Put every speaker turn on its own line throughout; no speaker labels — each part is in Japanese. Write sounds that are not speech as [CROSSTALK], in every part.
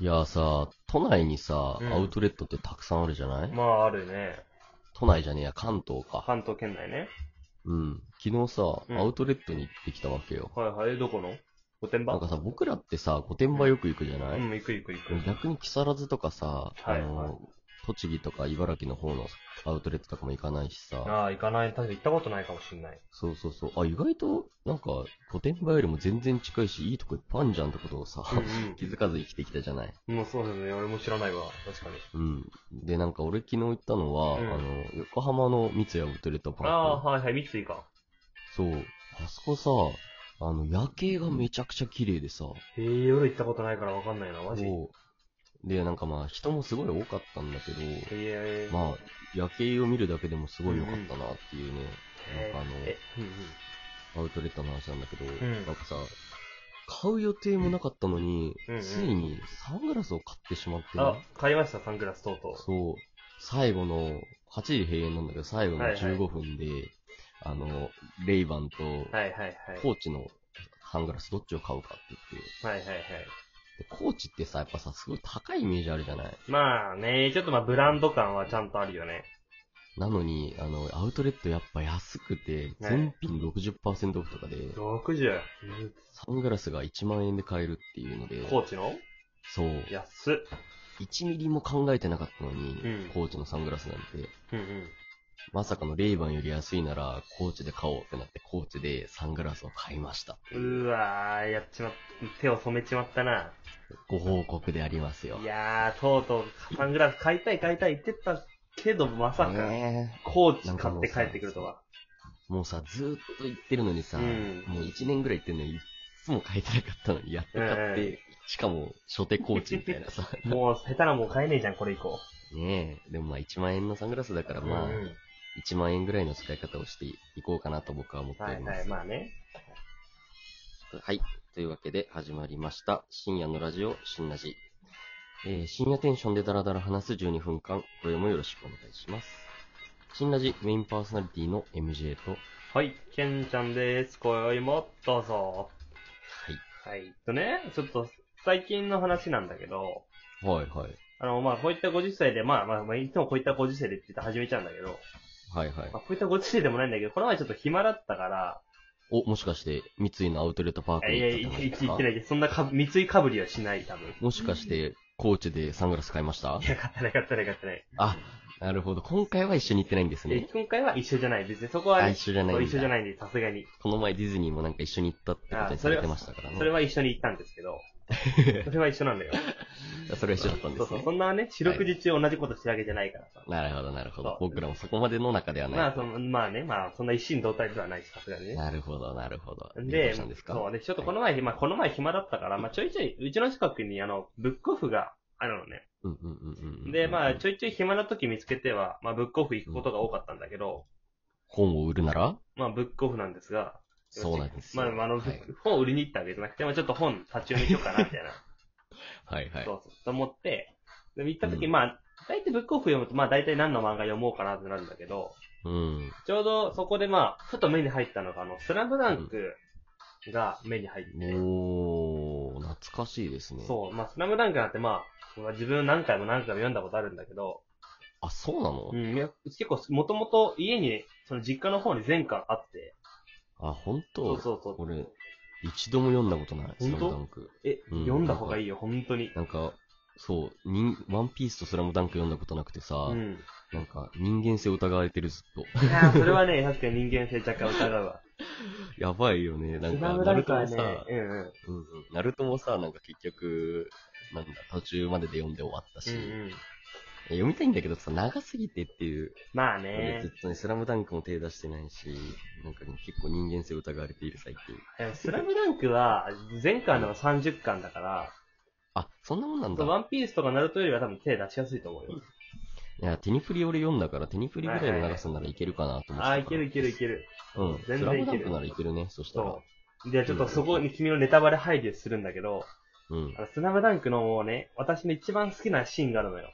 いやさ、都内にさ、
うん
アウトレットってたくさんあるじゃない、
まあ、あるね。
都内じゃねえや、関東か。
関東圏内ね。
うん。昨日さ、
うん
アウトレットに行ってきたわけよ。
はいはい。えどこの御殿
なんか
場
さ、僕らってさ、御殿場よく行くじゃ
う
ない、
ん、行く行く行く。
逆に木更津とかさ、
は
あ
い
の、
はい
栃木とか茨城の方のアウトレットとかも行かないしさ、
ああ、行かない。確かに行ったことないかもしんない。
そうそうそう、あ、意外と、なんか、御殿場よりも全然近いし、いいとこいっぱいあんじゃんってことをさ、気づかず生きてきたじゃない
うん。もうそうですね。俺も知らないわ。確かに。
うん。で、なんか俺昨日行ったのは、
うん
あの、横浜の三井アウトレットパ
あ
ー
あ
ク。
ー、はいはい。三井か。
そう。あそこさ、あの、夜景がめちゃくちゃ綺麗でさ、
へえ、夜行ったことないからわかんないな。マジ。へ
そうで、なんかまあ人もすごい多かったんだけど、
え。
まあ、夜景を見るだけでもすごい良かったなっていうね、
へー
なんかあの
え、うん
ア
うん。
ウトレットの話なんだけど、
ん
なんかさ、買う予定もなかったのに、
うんうん
ついにサングラスを買ってしまってね、
あ、買いました、サングラスとうとう。
そう、最後の、8時閉園なんだけど、最後の
はいはい
15分で、あの、レイバンと、
はいはいはい。
コーチのサングラスどっちを買うかって言って、
はいはいはい。
でコーチってさ、やっぱさ、すごい高いイメージあるじゃない
まあね、ちょっとまあブランド感はちゃんとあるよね。
なのに、あの、アウトレットやっぱ安くて、全品60%オフとかで、
60。
サングラスが1万円で買えるっていうので、
コーチの
そう、
安っ。
1ミリも考えてなかったのに、
うん
コーチのサングラスなんて、
うんうん。
まさかのレイバンより安いなら、コーチで買おうってなって、コーチでサングラスを買いました。
うーわー、やっちまっ、手を染めちまったな。
ご報告でありますよ。
いやー、とうとう、サングラス買いたい買いたい言ってたけど、まさか、
ね
コーチ買って帰ってくるとは。
えもうさ、ずーっと言ってるのにさ、
うん
もう1年ぐらい言ってるのに、いっつも買いたなかったのに、やっと買って、
うんう
しかも、初手コーチみたいなさ。 [LAUGHS]
もう、下手なもん買えねえじゃん、これ以降。
ねえ、でもまあ1万円のサングラスだから、まあ
う、ん
1万円ぐらいの使い方をしていこうかなと僕は思ってお
は
り
い
ます。
はい、まあね。
はい。というわけで始まりました。深夜のラジオ、深ラジ。えー深夜テンションでダラダラ話す12分間、これもよろしくお願いします。深ラジメインパーソナリティの MJ と、は
はい、ケンちゃんです。今宵も、どうぞ。はい、えっとね、ちょっと、最近の話なんだけど、
い。はいはい。
あの、まあ、こういったご時世で、まあ、まあ、まあ、いつもこういったご時世でって言って始めちゃうんだけど、
はいはい
まあ、。こういったご時世でもないんだけど、この前ちょっと暇だったから、
お、もしかして、三井のアウトレットパーク
い
に
やい
行
や、
った
いいって言
か
ってないけど、そんなかぶ三井かぶりはしない、多分。
もしかして、高知でサングラス買いました
いや、買ってない、買ってない、買ってない。
あ、なるほど。今回は一緒に行ってないんです
え
ね。
今回は一緒じゃない。別にそこは、
あ、
ね、
一緒じゃないん
そう
だ
一緒じゃないんで、さすがに。
この前ディズニーもなんか一緒に行ったってこと
あ
に
そ
さ
れ
れ
は
てましたからね。
それは一緒に行ったんですけど、それは一緒なんだよ。
それは一緒だったんで
そう
す
そう、
ね
そ。んなね、四六時中同じことしてるわけじゃないからさ。
なるほど、なるほ
そ
ど
う。
僕らもそこまでの中ではない。
まあ、その、まあね、まあ、そんな一心同体ではないし、さすがにね。
なるほど、なるほど。どう
で、
したんですか
そうで、ちょっとこの前、まあ、この前暇だったから、まあ、ちょいちょい、うちの近くに、あの、ブックオフがあるのね。
うんうんうんうんうん。
で、まあ、
うん
ちょいちょい暇な時見つけては、まあ、ブックオフ行くことが多かったんだけど、
本を売るなら
まあ、ブックオフなんですが、
そうなんですよ
まあ、まああの、
はい
本を売りに行ったわけじゃなくて、まあ、ちょっと本立ち読みしようかな、みたいな。
はいはい
そ。うそう。と思って、で行った時、
うん
まあ、大体ブックオフ読むと、まあ大体何の漫画読もうかなってなるんだけど、
うん。
ちょうどそこでまあ、ふと目に入ったのが、あの、スラムダンクが目に入って、
おー、懐かしいですね。う。
そう、まあ、スラムダンクなんてまあ、まあ自分何回も何回も読んだことあるんだけど、
あ、そうなの
うん、いや結構、もともと家に、その実家の方に全巻あって、
あ、本
そ
当
うそうそう。
俺、一度も読んだことない。
本当
スラムダンク。
え、
うん
読んだ方がいいよ、本当に。
なんか、そう、にんワンピースとスラムダンク読んだことなくてさ、
うん。
なんか人間性疑われてるずっと。 [LAUGHS]
いやーそれはね、確かに人間性若干疑うわ。
やばいよね。なん
ス
か、
ラムダンクは
ナル
ね
トもさ、、
うんうん。
うんうん、ナルトもさ、なんか結局、なんだ、途中までで読んで終わったし、
うんうん。
読みたいんだけどさ、長すぎてっていう、
まあ
俺
ね
ずっ。とね、スラムダンクも手出してないし、なんかね、結構人間性疑われている最近。
でもスラムダンクは、前回の30巻だから、
あ、そんなもんなんだ。
ワンピースとかナルトよりは多分手出しやすいと思うよ。
いや、テニフリ俺読んだから、テニフリぐらいの長さならいけるかなと思ってたから。
あー、いけるいけるいける。
うん。
全
スラ
然いけ
ムダン
る
クならいけるね、そしたら
そ。う。で、ちょっとそこに君のネタバレ配慮するんだけど、
うん
あ。のスラムダンクのもうね、私の一番好きなシーンがあるのよ。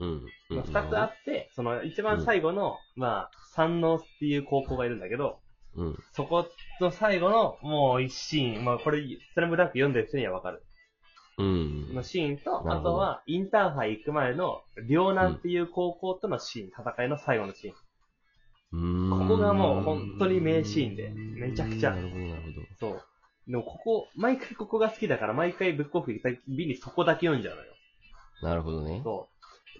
うん。うん
まあ二つあって、その一番最後の、まあ、三能っていう高校がいるんだけど、
うん。
そこの最後のもう一シーン、まあこれ、スラムダンク読んでる人にはわかる。
うん。
のシーンと、
なる
あ
ほど
とは、インターハイ行く前の、両南っていう高校とのシーン、戦いの最後のシーン。
こ
こがもう本当に名シーンでめちゃくちゃ
なるほど、なるほど。
そう。でもここ、毎回ここが好きだから、毎回ブックオフ行くたびにそこだけ読んじゃうのよ。
なるほどね。
そ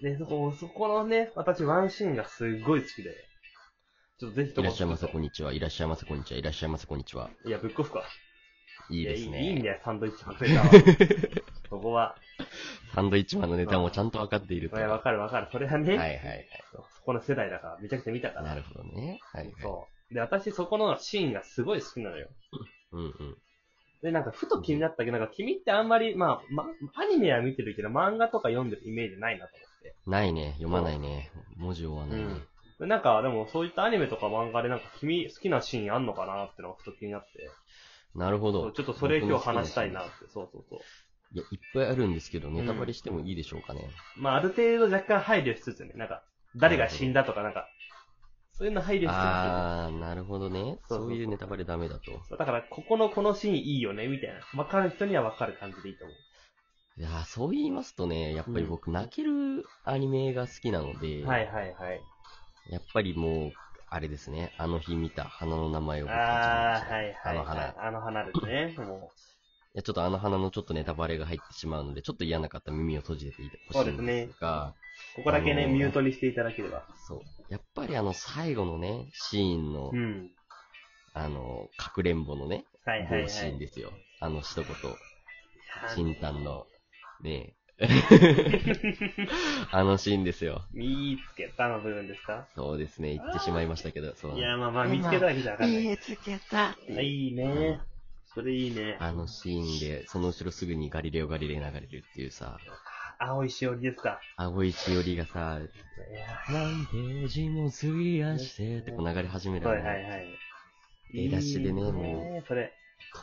う。で、そこ、そこのね、私ワンシーンがすごい好きで。ちょっとぜひと
い
も。
らっしゃいませ、こんにちは。いらっしゃいませ、こんにちは。いらっしゃいませ、こんにちは。
いや、ブックオフか。
いいです
やいいいいん
ね。
だよ、サンドイッチマンというか
[LAUGHS]
そこは。
サンドイッチマンのネタもちゃんと分かっている
い
と。
や、わかるわかる。それはね、
はいはいはい。
そうそこの世代だから、めちゃくちゃ見たから。
なるほどね。はいはい。
そう。で、私そこのシーンがすごい好きなのよ。
うんうん。
で、なんか、ふと気になったけど、なんか、君ってあんまり、まあ、ま、アニメは見てるけど、漫画とか読んでるイメージないなと思って。
ないね。読まないね。文字を追わないね。
うんでなんか、でも、そういったアニメとか漫画で、なんか、君好きなシーンあんのかなってのがふと気になって。
なるほ
そう
ど。
ちょっとそれ今日話したいなっ
僕の好
て
き。
そうそうそう。
なシーン。いや、いっぱいあるんですけど、ネタバレしてもいいでしょうかね。
まあ、ある程度若干配慮しつつね、なんか、誰が死んだとか、なんか、そういうの配慮しつつ。
あー、なるほどね。
そうそう
そういうネタバレダメだと。
そうだから、ここのこのシーンいいよね、みたいな。わかる人にはわかる感じでいいと思う。
いやー、そう言いますとね、やっぱり僕、泣けるアニメが好きなので、
はいはいはい。
やっぱりもう、あれですね、あの日見た花の名前を僕たちに
あ
し
ー、
た
はいはい、
あの花。
はいい。あの花ですね。
[LAUGHS]
も
や、ちょっとあの花のちょっとネタバレが入ってしまうので、ちょっと嫌な方は耳を閉じてていてほしいんですが、
う、ここだけね、
あのー
ミュートにしていただければ。
そう,、やっぱりあの最後のね、シーンの、
うん。
あの、かくれんぼのね、
はいはいは
某シーン
い。
ですよ。あの一言、
あ
新丹の、
[LAUGHS]
ね [LAUGHS] えあのシーンですよ。
見つけたの部分ですか
そうですね、言ってしまいましたけど、そうなん
い
です
や、まあまあ、見つけたわけじゃわかんない。
つけた
あいいね。それいいね。
あのシーンで、その後ろすぐにガリレオガリレイ流れるっていうさ、
青いしおりですか。
青いしおりがさ、
いや
何ページもずりやしてってこう流れ始めるの
は
ね
いはいはい。
出だしでね
いい
も
それ。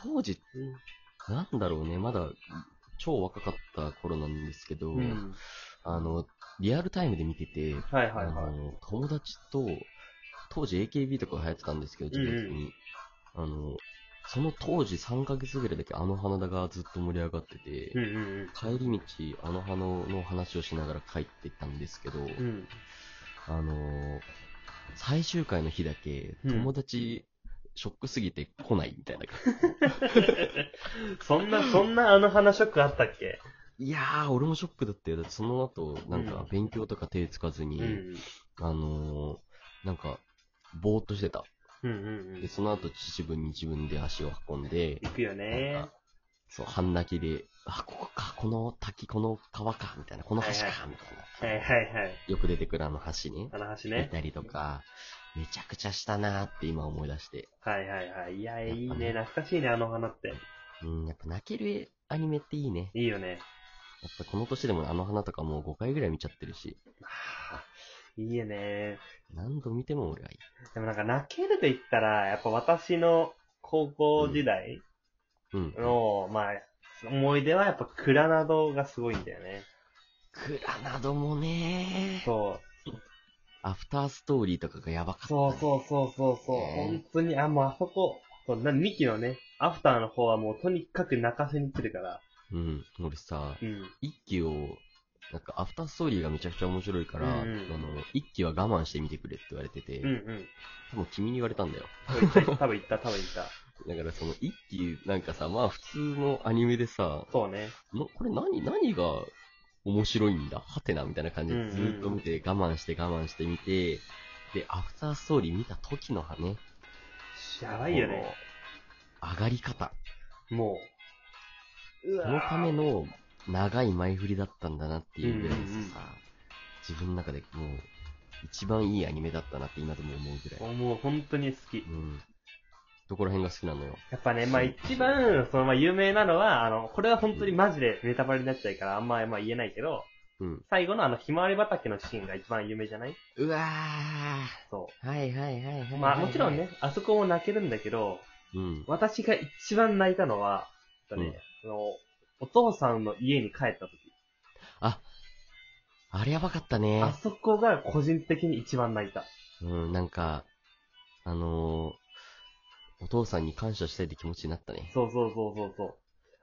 当時、なんだろうね、まだ超若かった頃なんですけど、
うん。
あの、リアルタイムで見てて、
はいはい
あ
は
の友達と、当時 AKB とかが流行ってたんですけど、自分的に。あの、その当時3ヶ月ぐらいだけあの花田がずっと盛り上がってて、
い。うんうん
帰り道、あの花の話をしながら帰っていったんですけど、
うん。うん。
あのー最終回の日だけ、
うん
友達、ショックすぎて来ないみたいな。
そんな、そんなあの花ショックあったっけ
いやー、俺もショックだったよ。だってその後、なん
う
か
ん
勉強とか手つかずに、
うん。
あのーなんか、ぼーっとしてた。
うんうんうん
で、。その後、秩父に自分で足を運んで、
行くよね
なん。かそう、半泣きで、あ、ここか、この滝、この川か、みたいな、この橋
はい
か、みたいな。
はいはいはい。
よく出てくるあの橋ね。
あの橋
見
ね。
たりとか、めちゃくちゃしたなーって今思い出して。
はいはいはい。いや、いいね。懐かしいね、あの花って。
うん、やっぱ泣けるアニメっていいね。
いいよね。
やっぱこの年でもあの花とかもう5回ぐらい見ちゃってるし、
はあいいよね。
何度見ても俺はいい。
でもなんか泣けると言ったら、やっぱ私の高校時代
うん。
の、まあ、思い出はやっぱクラナドがすごいんだよね。
クラなどもねー。
そう。
アフターストーリーとかがやばかった、
そうそうそうそうそう。
ね
本当に、あ、もうあそこ、そうなミキのね、アフターの方はもうとにかく泣かせに来るから。
う。うん。俺さ、
うん。
一期を、なんかアフターストーリーがめちゃくちゃ面白いから、
うんうん
あの、一期は我慢して見てくれって言われてて、
うんうん。
多分君に言われたんだよ。
多分行った、多分行った。
だからその一期なんかさ、まあ普通のアニメでさ、
そうね。
なこれ何、何が面白いんだはてなみたいな感じ
うんう
で
ん
ずーっと見て、我慢して我慢して見て、で、アフターストーリー見た時のね、
やばいよね。
この上がり方。
もう。う
このための長い前振りだったんだなっていうぐらいです
うんうんうん
さ、自分の中でもう、一番いいアニメだったなって今でも思うぐらい。
もう本当に好き
う。ん。どこら辺が好きなのよ。
やっぱね、まあ一番、そのまあ有名なのは、あの、これは本当にマジでネタバレになっちゃうから、あんままあ言えないけど、
うん。
最後のあの、ひまわり畑のシーンが一番有名じゃないう
わ
そ
ー。はいはいはいはいはい、
う。まあもちろん。ね、あそこも泣けるんだけど、
うん。
私が一番泣いたのは、えっとね、あのお父さんの家に帰った時。
あれやばかったね。
あそこが個人的に一番泣いた。
うん、なんか、あのーお父さんに感謝したいって気持ちになったね。
そうそうそうそうそう。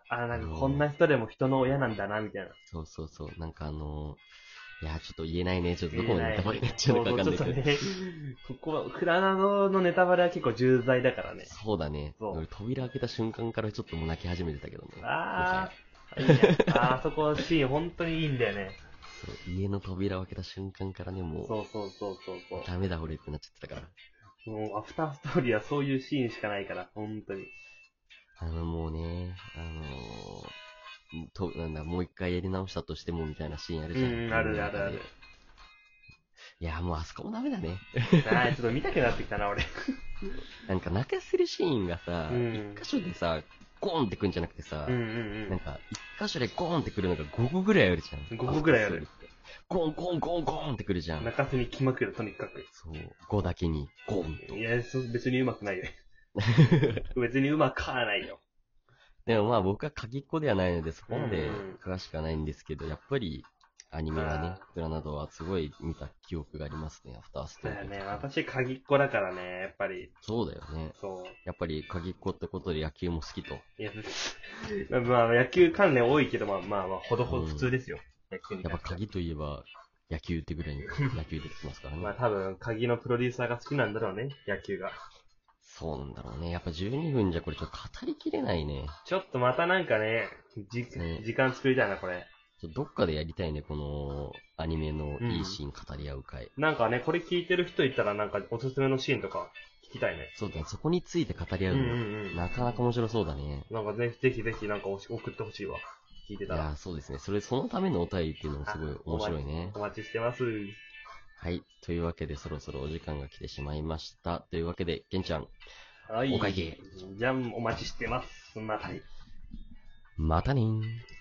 あ、なんかこんな人でも人の親なんだな、みたいな。
そうそうそう。なんかあのーいや、ちょっと言えないね。ちょっとどこ
言え
まで
な
ネ
い
タバレになっちゃうのかわかん
そ
な
う
い
そ
け
うちょっ
ど
と。ね、 [LAUGHS] ここは、クラナドのネタバレは結構重罪だからね。
そうだね。
そう
俺扉開けた瞬間からちょっともう泣き始めてたけどね。
あ
もはや
あ、いいね。あーそこのシーン本当にいいんだよね。
そう家の扉を開けた瞬間からね、もう、
そうそうそうそうそう。
ダメだ俺ってなっちゃってたから。
もう、アフターストーリーはそういうシーンしかないから、本当に。
あの、もうね、あのーと、なんだ、もう一回やり直したとしてもみたいなシーンある
う
じゃん。
ん、あるあるある。
いや、もうあそこもダメだね。
あーちょっと見たくなってきたな、俺。
なんか泣かせるシーンがさ、
うん
一、箇所でさ、ゴーンってくんじゃなくてさ、
うんう
なん
ん
か、一箇所でゴーンってくるのが5個ぐらいあるじゃん。
5個ぐらいある
ゴーン、ゴーン、ゴーン、ゴーンってくるじゃ
うん。
ん。
泣かせに来まくる、とにかく。
そう、5だけに、ゴーンと
い。や、そう別にうま
[LAUGHS]
くないよ。別にうまくはないよ。
でもまあ僕は鍵っ子ではないので、そこまで
うん
詳しくはないんですけど、やっぱりアニメはね、グラなどはすごい見た記憶がありますね、アフターストー
だ
リ
よ
ー。
ね、私、鍵っ子だからね、やっぱり。
そうだよね。
そう。
やっぱり鍵っ子ってことで野球も好きと。
いや、 [LAUGHS] まあ、まあ野球関連多いけど、まあまあ、まあ、ほどほど普通ですよ。野球に
やっぱ
関しては
鍵といえば野球ってぐらいに野球できますからね
[LAUGHS] まあ。多分、鍵のプロデューサーが好きなんだろうね、野球が。
そうなんだろうね。やっぱ12分じゃこれちょっと語りきれないね。
ちょっとまたなんかね、じ
ね
時間作りたいな、これ。
ちょっとどっかでやりたいね、このアニメのいいシーン語り合う会。
なんかね、これ聞いてる人いたら、なんかおすすめのシーンとか聞きたいね。
そうだね、そこについて語り合
う
うん
うん
の、
うん。
なかなか面白そうだね。
なんかぜひぜひぜひなんかおし送ってほしいわ。聞いて
い
たら
や。、そうですね。それ、そのためのお便りっていうのもすごい面白いね
お。待ちしてます。
はい。というわけで、そろそろお時間が来てしまいました。というわけで、けんちゃん、
はい。
お会計
じゃん、お待ちしてます。またね。
またねー。